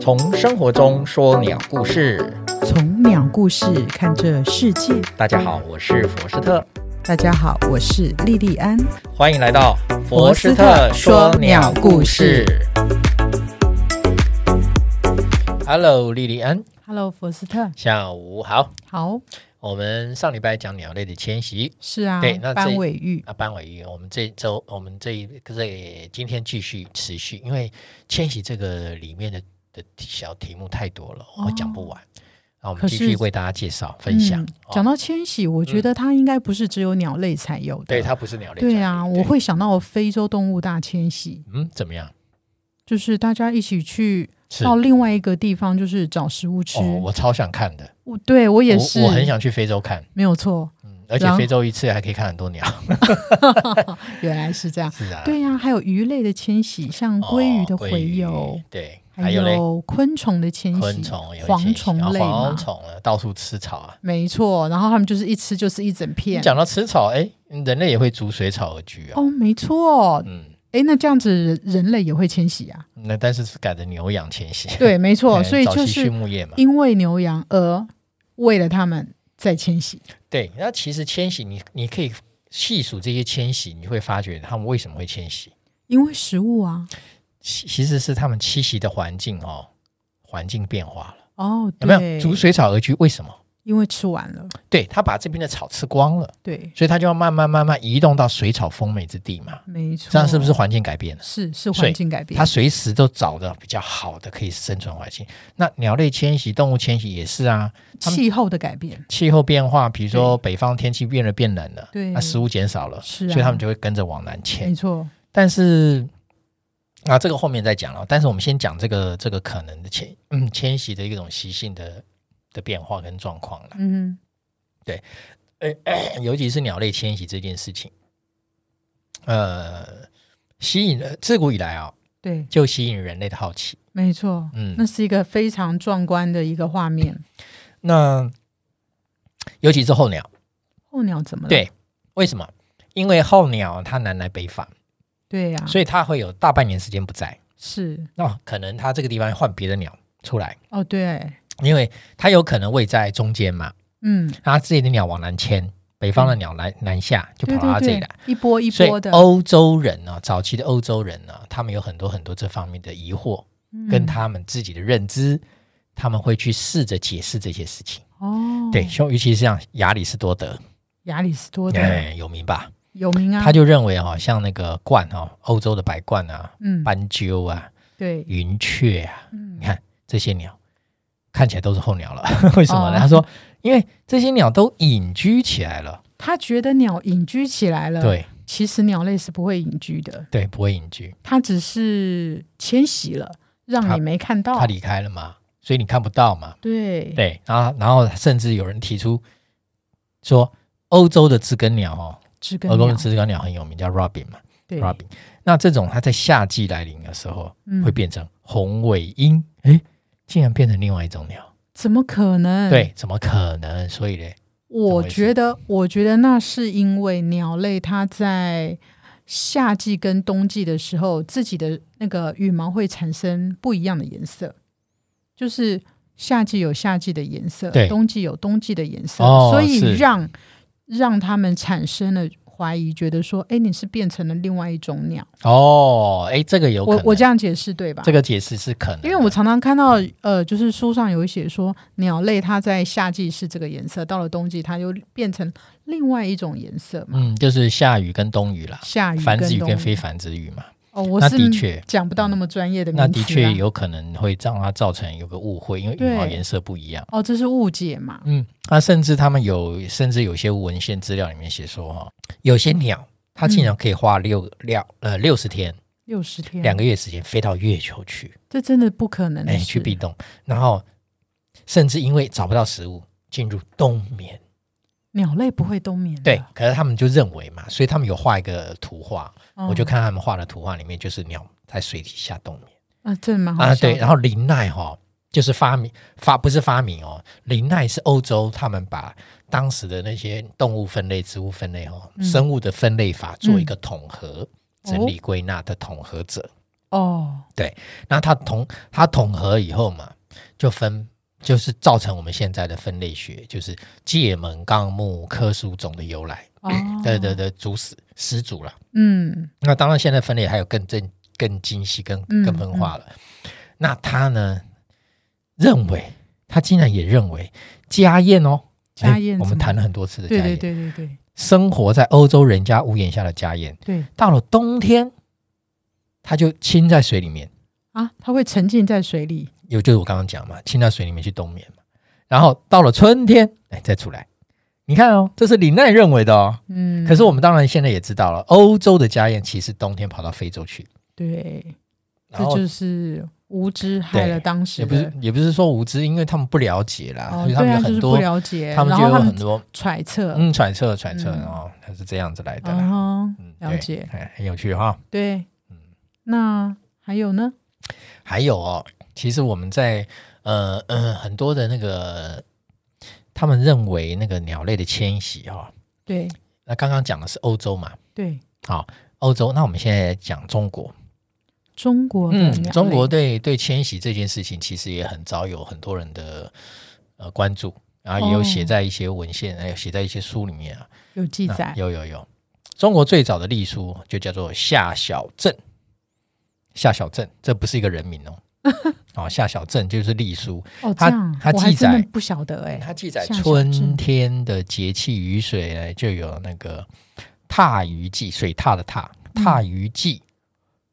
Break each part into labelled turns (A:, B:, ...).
A: 从生活中说鸟故事。
B: 从鸟故事看这世界。
A: 大家好，我是佛斯特，
B: 大家好，我是莉莉安。
A: 欢迎来到
B: 佛斯特说鸟故事。
A: Hello，莉莉安，
B: Hello，佛斯特，
A: 下午好。
B: 好，
A: 我们上礼拜讲鸟类的迁徙
B: 是啊，
A: 对那这
B: 班尾玉，
A: 啊，班尾鱼，我们这周我们这一这今天继续持续，因为迁徙这个里面的的小题目太多了，我讲不完。那我们
B: 哦可
A: 继续
B: 是
A: 为大家介绍分享
B: 嗯。
A: 哦
B: 讲到迁徙，我觉得它应该不是只有鸟类才有的。
A: 对，它不是鸟类专利。
B: 对啊，我会想到非洲动物大迁徙，
A: 嗯，怎么样？
B: 就是大家一起去
A: 是
B: 到另外一个地方，就是找食物吃。
A: 哦，我超想看的，
B: 我对我也
A: 我
B: 是，
A: 我很想去非洲看，
B: 没有错，
A: 嗯，而且
B: 然后
A: 非洲一次还可以看很多鸟，
B: 原来是这样。
A: 是啊，
B: 对呀、还有鱼类的迁徙，像
A: 哦，
B: 鲑鱼的
A: 鲑
B: 洄游，
A: 对，还
B: 还
A: 有嘞，
B: 有昆虫的迁徙，
A: 昆虫、有一些
B: 蝗虫类
A: 然后
B: 嘛
A: 蝗，虫啊，到处吃草啊。
B: 没错。然后他们就是一吃就是一整
A: 你
B: 片，
A: 讲到吃草，哎，人类也会逐水草而居啊，
B: 哦，没错。
A: 嗯，
B: 哎，那这样子人类也会迁徙 啊？
A: 那但是是改的牛羊迁徙，
B: 对，没错。
A: 哎
B: 所以
A: 早
B: 就
A: 期畜
B: 是
A: 牧业嘛，
B: 因为牛羊而为了他们在迁徙，
A: 对，那其实迁徙，你你可以细数这些迁徙，你会发觉他们为什么会迁徙。
B: 因为食物啊。
A: 其其实是他们栖息的环境哦，环境变化了，
B: 哦，
A: 有没有？
B: 对，
A: 逐水草而居，为什么？
B: 因为吃完了，
A: 对，它把这边的草吃光了，
B: 对，
A: 所以它就要慢慢慢慢移动到水草丰美之地嘛。
B: 没错。
A: 这样是不是？环境改变了？
B: 是
A: 所
B: 是
A: 以
B: 环境改哦变
A: 它。随时都找的比较好的可以生存环境。那鸟类迁徙、动物迁徙也是啊，它们
B: 气候的改变，
A: 气候变化，比如说北方天气变得变冷了，
B: 对
A: 那食物减少了，
B: 是啊
A: 所以它们就会跟着往南迁
B: 没。错，
A: 但是啊，这个后面再讲了。但是我们先讲这个这个可能的迁嗯迁徙的一种习性的的变化跟状况了，
B: 嗯
A: 尤其是鸟类迁徙这件事情，呃，吸引了自古以来啊、
B: 哼，对，
A: 就吸引人类的好奇。
B: 没错，
A: 嗯
B: 那，是一个非常壮观的一个画面。
A: 那尤其是候鸟，
B: 候鸟怎么了？
A: 对，为什么？因为候鸟它南来北返，
B: 对呀、
A: 所以它会有大半年时间不在。
B: 是
A: 那、可能它这个地方换别的鸟出来，
B: 哦，对，
A: 因为它有可能位在中间嘛。
B: 嗯，
A: 它自己的鸟往南迁，北方的鸟南南下，就
B: 对
A: 跑到它
B: 对
A: 这里
B: 对
A: 来。，
B: 一波一
A: 所以哦
B: 波的，
A: 欧洲人呢、早期的欧洲人呢、啊他们有很多很多这方面的疑惑，
B: 嗯
A: 跟他们自己的认知，他们会去试着解释这些事情。
B: 哦，
A: 对，，像尤其是像亚里士多德，
B: 亚里士多德
A: 哎、有名吧？
B: 有名啊，
A: 他就认为哈、像那个鹳哈、欧洲的白鹳啊、
B: 嗯，
A: 斑鸠啊、
B: 对，
A: 云雀啊，
B: 嗯
A: 你看这些鸟看起来都是候鸟了， 为什么呢？
B: 哦
A: 他说，因为这些鸟都隐居起来了，
B: 他觉得鸟隐居起来了，，
A: 对。
B: 其实鸟类是不会隐居的，
A: 对，不会隐居，
B: 它只是迁徙了，让
A: 它
B: 你没看到
A: 他，离开了嘛，所以你看不到嘛。
B: 对，
A: 对，然后然后甚至有人提出说，欧洲的知更鸟哦，
B: 知更
A: 欧洲
B: 鸟
A: 的，知更鸟很有名，叫 robin 嘛
B: 对，
A: ，robin。那这种它在夏季来临的时候，
B: 嗯
A: 会变成红尾鹰，诶，竟然变成另外一种鸟，
B: 怎么可能？，
A: 对，怎么可能？所以嘞，
B: 我
A: 回事
B: 觉得，我觉得那是因为鸟类它在夏季跟冬季的时候，自己的那个羽毛会产生不一样的颜色，就是夏季有夏季的颜色
A: 对，
B: 冬季有冬季的颜色，
A: 哦
B: 所以
A: 是
B: 让让他们产生了怀疑，觉得说，哎，你是变成了另外一种鸟。
A: 哦，诶，这个有可
B: 我
A: 能，
B: 我这样解释对吧？
A: 这个解释是可能的，
B: 因为我常常看到，呃，就是书上有写说，鸟类它在夏季是这个颜色，到了冬季它又变成另外一种颜色嘛。
A: 嗯，就是夏雨跟冬雨啦，
B: 下雨
A: 繁殖
B: 跟
A: 雨
B: 冬
A: 跟非繁殖雨嘛，
B: 哦，我
A: 那
B: 是
A: 的确
B: 讲不到那么专业的名词啊
A: 那
B: 啦，
A: 的确有可能会让它造成有个误会，因为羽毛
B: 对
A: 颜色不一样。
B: 哦，这是误解嘛？
A: 嗯，那、甚至他们有，甚至有些文献资料里面写说，哈，有些鸟它
B: 嗯
A: 竟然可以花六六呃六十天
B: 六十天，
A: 两个月时间飞到月球去，
B: 这真的不可能的
A: 哎，
B: 事
A: 去避冻，然后甚至因为找不到食物进入冬眠。
B: 鸟类不会冬眠的，
A: 对，可是他们就认为嘛，所以他们有画一个图画，
B: 嗯，
A: 我就看他们画的图画里面就是鸟在水底下冬眠。
B: 啊，这蛮好
A: 啊，
B: 笑
A: 对，
B: 的
A: 然后林奈哈、就是发明发不是发明哦，林奈是欧洲他们把当时的那些动物分类、植物分类哦、
B: 嗯
A: 生物的分类法做一个统合、
B: 哦
A: 整理归纳的统合者。
B: 哦，
A: 那它统它统合以后嘛，就分就是造成我们现在的分类学，就是界门纲目科属种的由来。
B: 哦
A: 对对，对，主始始祖了。
B: 嗯
A: 那当然，现在分类还有更正、更精细、更
B: 嗯
A: 更分化了。那他呢，认为他竟然也认为家宴哦，哎
B: 家宴
A: 我们
B: 怎么
A: 谈了很多次的家
B: 对
A: 宴，
B: 对对对对
A: 生活在欧洲人家屋檐下的家宴，
B: 对
A: 到了冬天，它就浸在水里面，
B: 啊，它会沉浸在水里
A: 有就是我刚刚讲嘛，浸在水里面去冬眠嘛。然后到了春天，哎，再出来。你看哦，这是李奈认为的哦。
B: 嗯，
A: 可是我们当然现在也知道了，欧洲的家宴其实冬天跑到非洲去，
B: 对，
A: 然
B: 这
A: 后
B: 就是无知害了
A: 对
B: 当时
A: 也不是
B: 的
A: 也不是说无知，因为他们不了解啦，
B: 哦
A: 所以，他
B: 对
A: 们有
B: 啊，就是
A: 很
B: 不
A: 多，
B: 了解，
A: 他们
B: 然
A: 就
B: 后
A: 有
B: 他们
A: 很多
B: 揣测，
A: 嗯揣测揣测，
B: 嗯
A: 哦，它是这样子来的啦。
B: 嗯哼，
A: 嗯，
B: 了
A: 对
B: 解，
A: 哎，很有趣哈、
B: 对
A: 嗯，
B: 那还有呢？
A: 还有哦，其实我们在呃呃很多的那个，他们认为那个鸟类的迁徙哦，
B: 对
A: 那刚刚讲的是欧洲嘛，
B: 对，
A: 欧洲，那我们现在讲中国，嗯
B: 中国的鸟类
A: 中国对对迁徙这件事情，其实也很早有很多人的呃关注，然后也有
B: 哦
A: 写在一些文献，还有写在一些书里面啊，
B: 有记
A: 嗯
B: 载，
A: 有有有，中国最早的隶书就叫做夏小镇。夏小镇，这不是一个人名 哦。哦，夏小镇就是隶书，
B: 哦，这
A: 它
B: 样
A: 它
B: 我还
A: 嗯记
B: 真的
A: 载嗯
B: 不晓得哎，
A: 它记载
B: 夏小
A: 春
B: 镇
A: 天的节气雨水呢，就有那个踏鱼记，水踏的踏，
B: 嗯
A: 踏鱼记，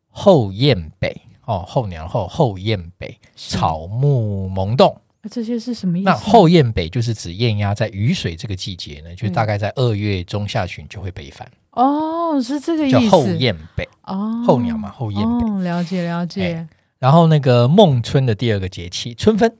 A: 后雁北哦，候鸟后后雁北，
B: 是
A: 草木萌动。
B: 啊这些是什么意思？
A: 那后雁北就是指雁鸭在雨水这个季节呢，就
B: 嗯
A: 大概在二月中下旬就会北返，
B: 哦，是这个意
A: 叫
B: 思，
A: 后雁北，
B: 哦，
A: 候鸟嘛，后哎雁北。
B: 哦，了解了解，
A: 然后那个孟春的第二个节气春分，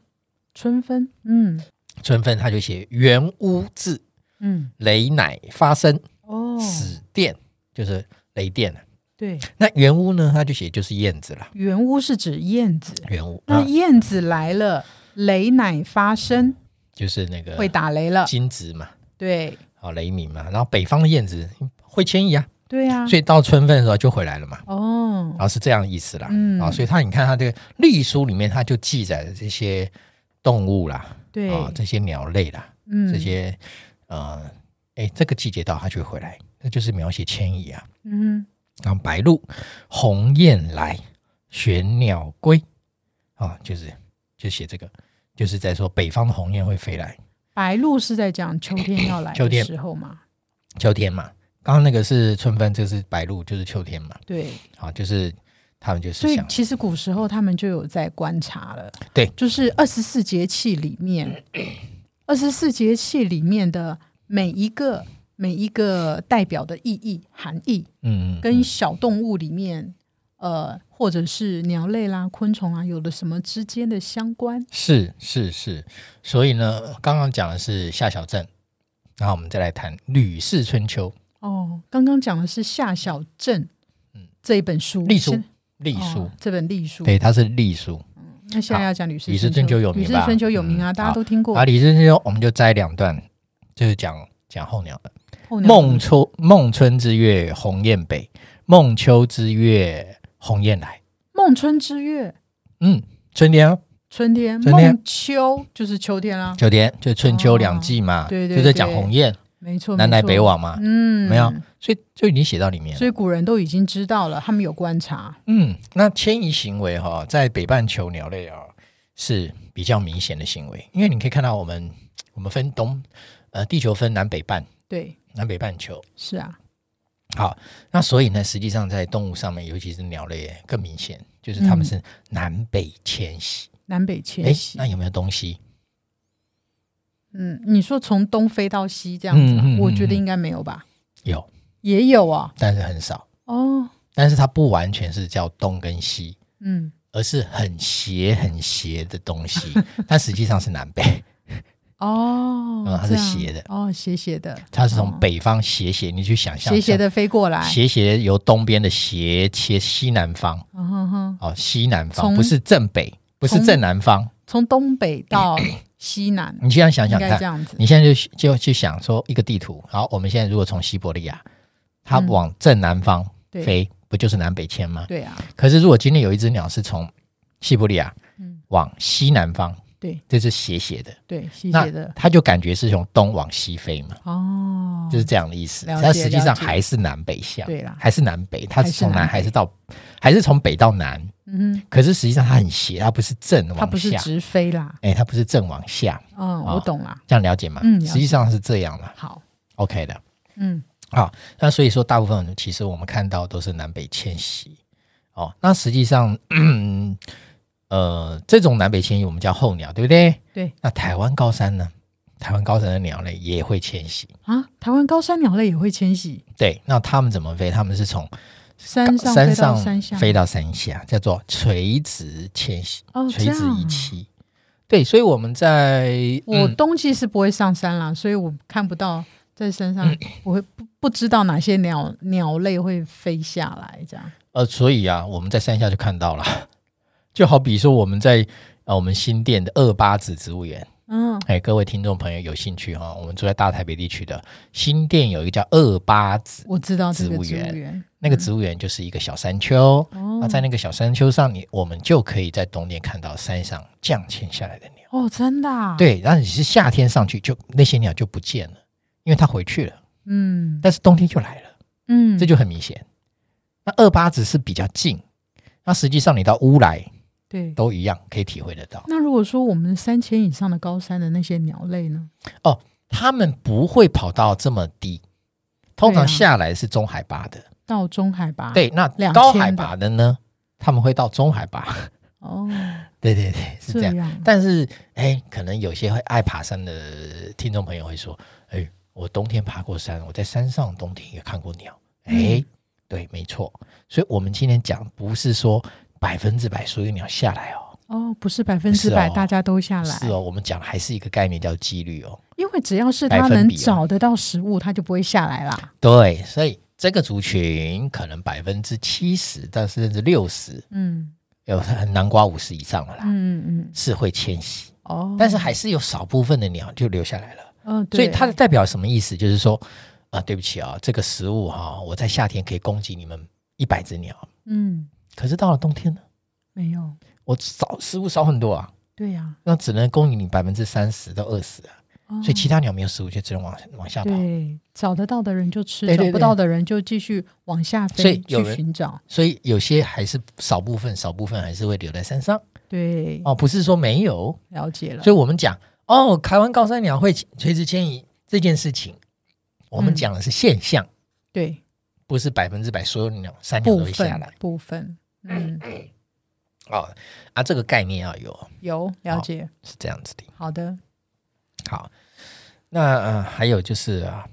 B: 春分，嗯
A: 春分他就写元乌至
B: 嗯，
A: 雷乃发生。
B: 哦，
A: 死电就是雷电了
B: 对，
A: 那圆屋呢，它就写就是燕子了，
B: 圆屋是指燕子，
A: 圆屋
B: 那
A: 啊，
B: 燕子来了，雷乃发声，
A: 就是那个
B: 会打雷了，
A: 金子嘛，
B: 对
A: 哦雷鸣嘛，然后北方的燕子会迁移啊，
B: 对啊，
A: 所以到春分的时候就回来了嘛，
B: 哦
A: 然，后是这样的意思啦，
B: 嗯
A: 啊，所以它你看它这个隶书里面，它就记载了这些动物啦，
B: 对，
A: 啊，这些鸟类啦，
B: 嗯，
A: 这些呃，哎，这个季节到它就会回来，那就是描写迁移啊，
B: 嗯
A: 然后白鹭、鸿雁来，玄鸟归，啊，就是就写这个，就是在说北方的鸿雁会飞来，
B: 白鹭是在讲秋天要来
A: 秋
B: 的
A: 天
B: 时候嘛，
A: 秋天嘛。刚刚那个是春分，这个是白鹭，就是秋天嘛，
B: 对，
A: 啊，就是他们就是
B: 所以
A: 想
B: 其实古时候他们就有在观察了，
A: 对
B: 就是二十四节气里 面，二十四节气里面的每一个每一个代表的意义含义，
A: 嗯，嗯
B: 跟
A: 嗯
B: 小动物里面，呃，或者是鸟类啦、昆虫啊，有的什么之间的相关？
A: 是是是，所以呢，刚刚讲的是夏小镇，然后我们再来谈《吕氏春秋》
B: 哦，刚刚讲的是夏小镇，
A: 嗯
B: 这一本书，
A: 隶书
B: 现，
A: 隶书，
B: 哦这本隶书。
A: 对，它是隶书。
B: 那现在要讲吕氏
A: 吕氏
B: 春
A: 春秋有名
B: 吕氏
A: 吧
B: 春秋有名啊，
A: 嗯
B: 大家都听过
A: 啊，。《吕氏春秋》我们就摘两段，就是讲讲候鸟的。
B: 后鸟
A: 孟春孟春之月，鸿雁北；孟秋之月，鸿雁来。
B: 孟春之月，
A: 嗯，春天、哦，
B: 春天，
A: 春天
B: 孟秋就是秋天啦、
A: 秋天就春秋两季嘛，
B: 哦对对
A: 就在讲
B: 对
A: 鸿雁
B: 没错，
A: 南来
B: 没错
A: 北，往嘛，
B: 嗯，
A: 没有，所以就已经写到里面了
B: 所以古人都已经知道了，他们有观察，
A: 嗯，那迁移行为哈、在北半球鸟类啊、是比较明显的行为，因为你可以看到我们我们分东呃地球分南北半
B: 对，
A: 南北半球，
B: 是啊，
A: 好，那所以呢，实际上在动物上面，尤其是鸟类更明显，就是它们
B: 嗯
A: 是南北迁徙。
B: 南北
A: 哎
B: 迁，徙
A: 那。有没有东西？
B: 嗯，你说从东飞到西这样子吗，
A: 嗯嗯嗯
B: 我觉得应该没有吧？
A: 有，
B: 也有啊，
A: 但是很少。
B: 哦，
A: 但是它不完全是叫东跟西，
B: 嗯，
A: 而是很斜很斜的东 西，但实际上是南北，
B: 哦，
A: 嗯它是
B: 这样
A: 斜的
B: 哦，斜斜的，
A: 它是从
B: 哦
A: 北方斜斜，你去想象
B: 斜斜的飞过来，
A: 斜斜由东边的斜切西南方，
B: 嗯哼哼，
A: 哦，西南方
B: 从
A: 不是正北，不是
B: 从
A: 正南方。
B: 从东北 到西南，
A: 你现在想
B: 应
A: 想
B: 该这
A: 看，
B: 样子，
A: 你现在就就去想说一个地图，好，我们现在如果从西伯利亚，它
B: 嗯
A: 往正南方
B: 对
A: 飞，不就是南北迁吗？
B: 对啊，
A: 可是如果今天有一只鸟是从西伯利亚
B: 嗯，
A: 往西南方，
B: 对
A: 这是斜斜的，
B: 对，西
A: 那
B: 斜的
A: 它就感觉是从东往西飞嘛，
B: 哦，
A: 就是这样的意思。
B: 了解
A: 它实际上
B: 了解
A: 还是南北向，
B: 对啦，
A: 还是南北，它是从南
B: 还
A: 还
B: 是南北
A: 是到，还是从北到南，
B: 嗯哼，
A: 可是实际上它很斜，它不是正
B: 它
A: 往
B: 不是
A: 下，
B: 直飞啦，
A: 哎、它不是正往下，
B: 嗯，
A: 啊
B: 我懂啦，
A: 这样了解吗？
B: 嗯了解
A: 实际上是这样的
B: 好，
A: ，OK 的。
B: 嗯
A: 好，啊那所以说，大部分人其实我们看到都是南北迁徙。哦，那实际上，嗯呃，这种南北迁徙我们叫候鸟，对不对？
B: 对。
A: 那台湾高山呢？台湾高山的鸟类也会迁徙。
B: 啊，台湾高山鸟类也会迁徙，
A: 对，那它们怎么飞？它们是从
B: 山上
A: 山
B: 飞到
A: 上
B: 山下，
A: 飞到山下，叫做垂直迁徙，
B: 哦，
A: 垂
B: 这
A: 直
B: 样
A: 移嗯
B: 啊
A: 栖。对，所以我们在
B: 我冬季是不会上山啦，所以我看不到在山
A: 嗯
B: 上，我会不不知道哪些鸟鸟类会飞下来，这样
A: 呃，所以啊，我们在山下就看到了， 就好比说我们在呃我们新店的二八子植物园，
B: 嗯，
A: 哎，各位听众朋友有兴趣哈、我们住在大台北地区的新店有一个叫二八子，
B: 我知道这个
A: 植物
B: 植物
A: 园
B: 园
A: 那个植物园就是一个小山丘，
B: 哦
A: 那在那个小山丘上，你我们就可以在冬天看到山上降迁下来的鸟。
B: 哦，真的、啊，，
A: 对，然后你是夏天上去就那些鸟就不见了，因为它回去了，
B: 嗯
A: 但是冬天就来了。
B: 嗯，
A: 这就很明显。那二八只是比较近，那实际上你到乌来
B: 对。
A: 都一样可以体会得到。
B: 那如果说我们三千以上的高山的那些鸟类呢？
A: 他们不会跑到这么低，通
B: 对啊
A: 常下来是中海拔的。
B: 到中海拔，，
A: 对，那
B: 2000
A: 高海拔的呢，他们会到中海拔。
B: 哦，
A: 对对对，是这样。
B: 样，
A: 但是，哎，可能有些会爱爬山的听众朋友会说，哎，我冬天爬过山，我在山上冬天也看过鸟。哎，
B: 嗯
A: 对，没错。所以我们今天讲不是说百分之百所有鸟下来哦。
B: 哦，不是百分之百
A: 是哦
B: 大家都下来，
A: 是哦，我们讲的还是一个概念叫几率哦。
B: 因为只要是
A: 百
B: 它
A: 分
B: 能
A: 比哦
B: 找得到食物，它就不会下来啦。
A: 对，所以这个族群可能百分之七十，但是甚至六十，
B: 嗯
A: 有很南瓜五十以上了啦，
B: 嗯嗯，
A: 是会迁徙，
B: 哦，
A: 但是还是有少部分的鸟就留下来了。
B: 嗯，
A: 所以
B: 对
A: 它的代表什么意思？就是说，啊、对不起啊、这个食物哈、我在夏天可以供给你们一百只鸟，
B: 嗯
A: 可是到了冬天呢，
B: 没有，
A: 我少食物少很多啊，
B: 对呀、
A: 那只能供应你百分之三十到二十啊，
B: 哦
A: 所以其他鸟没有食物就只能往往下跑。
B: 对找得到的人就吃，
A: 对对
B: 找不
A: 对
B: 到的人就继续往下
A: 所
B: 飞
A: 以有
B: 去
A: 人
B: 寻找。
A: 所以有些还是少部分，少部分还是会留在山上
B: 对，
A: 哦，不是说没有。
B: 了解了。
A: 所以我们讲哦，台湾高山鸟会垂直迁移这件事情，我们
B: 嗯
A: 讲的是现象，
B: 对
A: 不是百分之百所有鸟山鸟
B: 部
A: 都会下
B: 分
A: 来
B: 部分，嗯，
A: 哦。啊，这个概念要有
B: 有了解。
A: 是这样子的。
B: 好的，
A: 好，那呃，还有就是啊，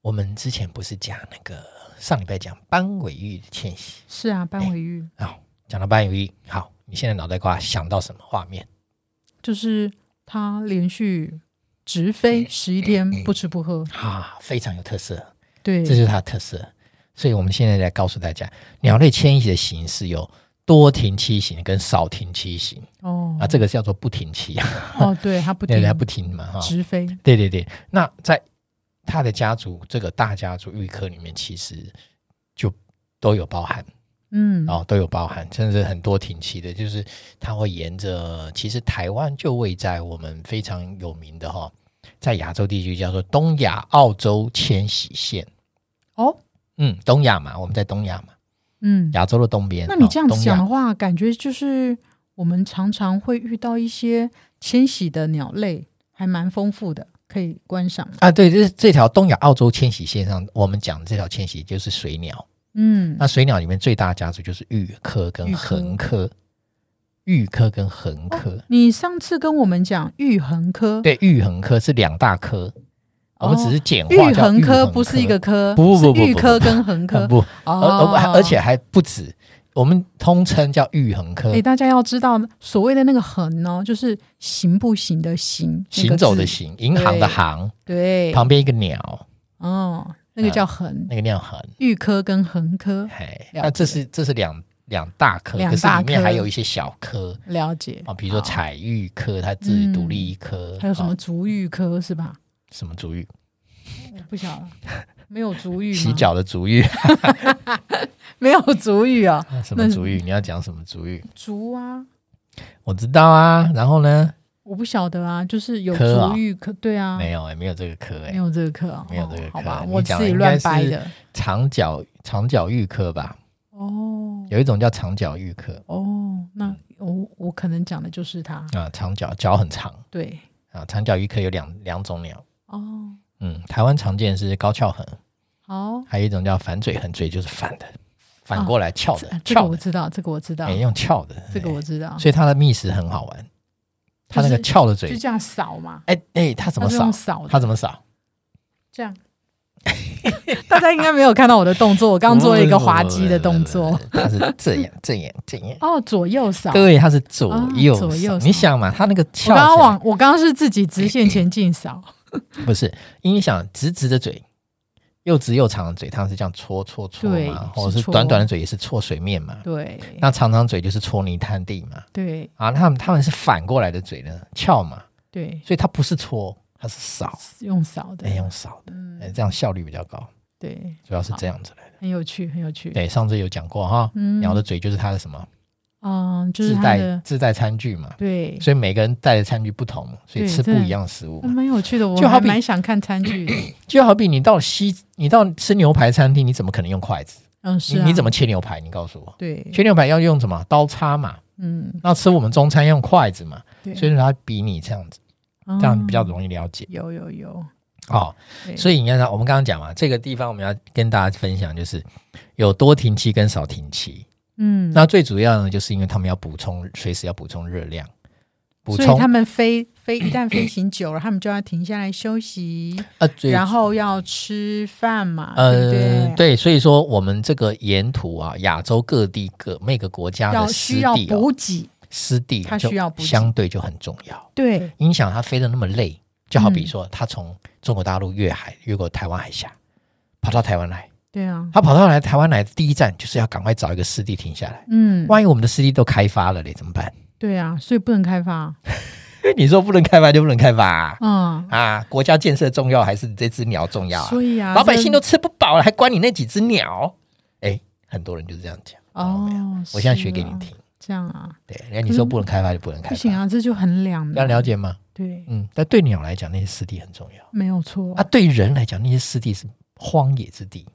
A: 我们之前不是讲那个上礼拜讲斑尾鹬的迁徙
B: 是啊，班尾鹬
A: 啊、哦讲到斑尾鹬，好，你现在脑袋瓜想到什么画面？
B: 就是它连续直
A: 哎
B: 飞十一天不吃不喝，
A: 啊，非常有特色。
B: 对，
A: 这就是它的特色。所以我们现在来告诉大家，鸟类迁徙的形式有多停栖型跟少停栖型
B: 哦
A: 啊，这个叫做不停栖啊，
B: 哦，对，它不
A: 对，
B: 停
A: 它不停哦嘛哈。
B: 直飞，
A: 对对对，那在它的家族这个大家族玉科里面，其实就都有包含
B: 嗯，
A: 哦，都有包含，甚至很多停栖的，就是它会沿着，其实台湾就位在我们非常有名的哈、在亚洲地区叫做东亚澳洲迁徙线，
B: 哦，
A: 嗯，东亚嘛，我们在东亚嘛。
B: 嗯，
A: 亚洲的东边。
B: 那你
A: 哦
B: 这样子
A: 东
B: 讲
A: 亚
B: 的话，感觉就是我们常常会遇到一些迁徙的鸟类，还蛮丰富的，可以观赏。
A: 啊，对，这这条东亚澳洲迁徙线上，我们讲的这条迁徙就是水鸟。
B: 嗯，
A: 那水鸟里面最大的家族就是鹬科跟
B: 鹬科
A: 横科，鹬科跟横科。
B: 你上次跟我们讲玉衡科，，
A: 对，鹬横科是两大科，我们
B: 哦
A: 只是简化
B: 玉
A: 叫
B: 衡
A: 鹬
B: 科
A: 科，
B: 不是一个科，
A: 不不
B: 是
A: 不不
B: 玉
A: 不
B: 科
A: 不
B: 跟衡科
A: 呃。不，而
B: 哦
A: 而而且还不止，我们通称叫鹬横科
B: 哎，，大家要知道，所谓的那个衡呢，就是行不行的行，那个
A: 行走的
B: 字，
A: 行，银行的
B: 对
A: 行，
B: 对，
A: 旁边一个鸟，
B: 哦，
A: 哎
B: 那个叫衡，
A: 那个叫横。
B: 玉科跟衡科，
A: 哎，
B: 了
A: 那这
B: 解
A: 是这是两两大科，
B: 两
A: 可是
B: 大
A: 里面
B: 科
A: 还有一些小科
B: 了解
A: 啊，比如说
B: 好
A: 彩玉科，它自己独立一科，
B: 嗯还有什么
A: 啊
B: 足玉科是吧？
A: 什么足浴，
B: 我不晓 得，没有足浴吗
A: 洗脚的足浴，
B: 没有足浴啊，
A: 什
B: 那
A: 么
B: 是
A: 足浴？你要讲什么足浴？
B: 足啊，
A: 我知道啊，然后呢？
B: 我不晓得啊，就是有
A: 科啊
B: 足浴科，对啊，
A: 没有哎、没有这个科哎、
B: 没有这个课啊，
A: 没有这个
B: 哦
A: 课
B: 好吧，
A: 你
B: 我
A: 讲
B: 自己
A: 的应
B: 乱
A: 该
B: 掰
A: 是
B: 的。
A: 长角长角玉科吧，
B: 哦
A: 有一种叫长角玉科
B: 哦，那我我可能讲的就是它，
A: 啊，长角脚很长
B: 对
A: 啊，长角玉科有两两种鸟，
B: 哦，
A: 嗯，台湾常见是高翘鸻，
B: 好，
A: 还有一种叫反嘴鸻，嘴就是反的，反过来翘的
B: 这，这个
A: 翘
B: 我
A: 的，
B: 知道，这个我知道
A: 哎、，用翘的，
B: 这个
A: 哎
B: 我知道，
A: 所以它的觅食很好玩，它那个
B: 就是
A: 翘的嘴
B: 就，这样扫嘛，
A: 哎哎，它怎么
B: 它是用
A: 扫？
B: 扫
A: 它
B: 的，
A: 怎么扫？
B: 这样。 大家应该没有看到我的动作，我刚做了一个滑稽的动作。
A: 不是，不是不是不是它是这样这样这样。
B: 哦，左右扫。我
A: 对，它是左
B: 啊
A: 右
B: 左右
A: 扫
B: 扫
A: 你想嘛，它那个翘
B: 刚
A: 起
B: 刚
A: 来
B: 往，我刚刚是自己直线前进扫。
A: 不是，因为你想直直的嘴，又直又长的嘴，它是这样搓搓搓
B: 对
A: 嘛，或
B: 是
A: 者是
B: 搓
A: 短短的嘴也是搓水面嘛。
B: 对
A: 那长长嘴就是搓泥探地嘛。
B: 对
A: 啊，他们他们是反过来的嘴呢，翘嘛，
B: 对，
A: 所以它不是搓，它是扫，
B: 用扫的
A: 哎，。用扫的，哎，
B: 嗯，
A: 这样效率比较高，
B: 对，
A: 主要是这样子来的。
B: 很有趣，很有趣。
A: 对，上次有讲过哈，
B: 嗯
A: 鸟的嘴就是它的什么
B: 嗯，就是
A: 自
B: 它
A: 带
B: 的
A: 自带餐具嘛，
B: 对，
A: 所以每个人带的餐具不同，所以
B: 对
A: 吃不
B: 真的
A: 一样的食物嘛。
B: 蛮有趣的。我
A: 就好
B: 还
A: 比
B: 蛮想看餐具的。
A: 就好比你到西，你到吃牛排餐厅，你怎么可能用筷子？
B: 嗯，
A: 你
B: 是啊。
A: 你怎么切牛排？你告诉我，
B: 对？
A: 切牛排要用什么刀叉嘛？
B: 嗯，
A: 那吃我们中餐用筷子嘛？
B: 对，嗯
A: 所以他比你这样子，
B: 这
A: 这样比较容易了解。
B: 有有有。
A: 哦，所
B: 以
A: 以你看，我们刚刚讲嘛，这个地方我们要跟大家分享，就是有多停期跟少停期。
B: 嗯，
A: 那最主要呢，就是因为他们要补充，随时要补充热量，补
B: 所以
A: 充
B: 他们飞飞一旦飞行久了，他们就要停下来休息，
A: 呃，最
B: 然后要吃饭嘛，对不
A: 呃
B: 对？
A: 对，所以说我们这个沿途啊，亚洲各地各每个国家
B: 要
A: 的
B: 需
A: 湿
B: 要
A: 地哦，
B: 补给，
A: 湿地
B: 它
A: 就
B: 需要补给
A: 相对就很重要。
B: 对
A: 影响它飞得那么累，就好比
B: 嗯
A: 说它从中国大陆越海越过台湾海峡，跑到台湾来，
B: 对啊，
A: 它跑到来台湾来的第一站就是要赶快找一个湿地停下来。
B: 嗯，
A: 万一我们的湿地都开发了嘞，怎么办？
B: 对啊，所以不能开发，
A: 你说不能开发就不能开发啊？
B: 嗯，
A: 啊国家建设重要还是这只鸟重要啊？
B: 所以啊，
A: 老百姓
B: 这
A: 都吃不饱了，还管你那几只鸟？哎，很多人就是这样讲。
B: 哦，
A: 我现在
B: 是
A: 学给你
B: 啊，
A: 听。
B: 这样啊，
A: 对，人家你说不能开发就不能开
B: 不
A: 发，
B: 行啊，这就很两
A: 要
B: 难，
A: 了解吗？
B: 对，
A: 嗯，但对鸟来讲，那些湿地很重要。
B: 没有错
A: 啊，，对人来讲，那些湿地是荒野之地，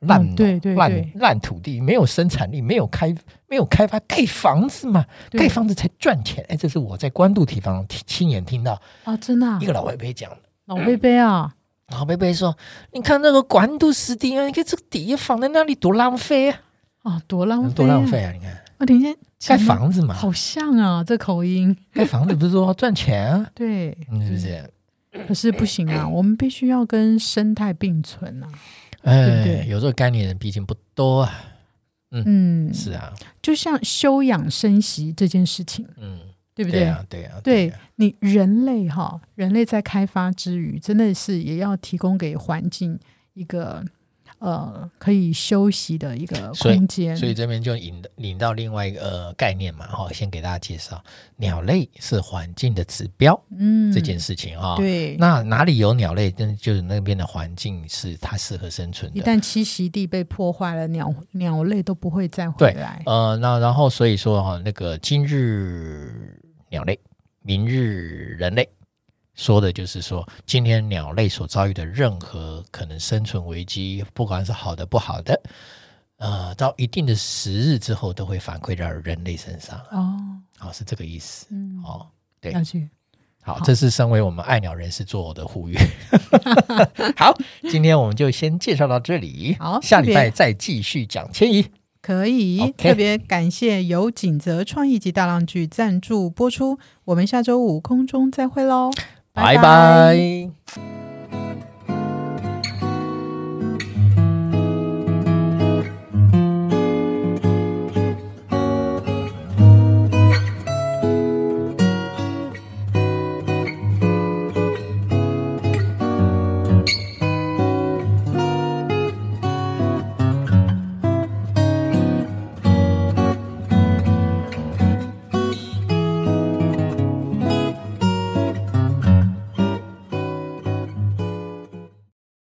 A: 烂农、
B: 嗯对对对
A: 烂烂土地，没有生产力，没有开没有开发，盖房子嘛，
B: 对
A: 盖房子才赚钱。哎，这是我在关渡地方亲亲眼听到
B: 啊，真的啊
A: 一，个老伯伯讲的。
B: 老贝贝啊，
A: 老伯伯说：“你看那个关渡湿地啊，你看这个地放在那里多浪费啊，
B: 啊，多浪费，
A: 多浪费！啊！你看
B: 啊，等一下，
A: 盖
B: 讲得
A: 房子嘛，
B: 好像啊，这口音，
A: 盖房子不是说要赚钱啊，
B: 对，
A: 嗯是不是？
B: 可是不行啊，我们必须要跟生态并存啊。对
A: 哎
B: 对，
A: 有这个概念的人毕竟不多啊。
B: 嗯，
A: 是啊，
B: 就像休养生息这件事情，
A: 嗯，
B: 对不
A: 对啊，对啊，
B: 对
A: 啊
B: 你人类哈，人类在开发之余，真的是也要提供给环境一个呃可以休息的一个
A: 所以
B: 空间。
A: 所以这边就引引到另外一个呃概念嘛，哈、先给大家介绍，鸟类是环境的指标、
B: 嗯，
A: 这件事啊情哈、
B: 对，
A: 那哪里有鸟类，那就是那边的环境是它适合生存
B: 一
A: 的。
B: 旦栖息地被破坏了，鸟鸟类都不会再回来。
A: 呃，那然后所以说哈、那个今日鸟类，明日人类，说的就是说，今天鸟类所遭遇的任何可能生存危机，不管是好的不好的，呃，到一定的时日之后，都会反馈到人类身上。
B: 哦，
A: 好、是这个意思。
B: 嗯，
A: 哦，对
B: 要去
A: 好，
B: 好
A: 这是身为我们爱鸟人士做的 呼吁。好，今天我们就先介绍到这里，
B: 好
A: 下
B: 特
A: 礼
B: 别
A: 拜再继续讲迁移。
B: 可以
A: OK
B: 特别感谢由锦泽创意及大浪剧赞助播出，我们下周五空中再会喽，
A: 拜拜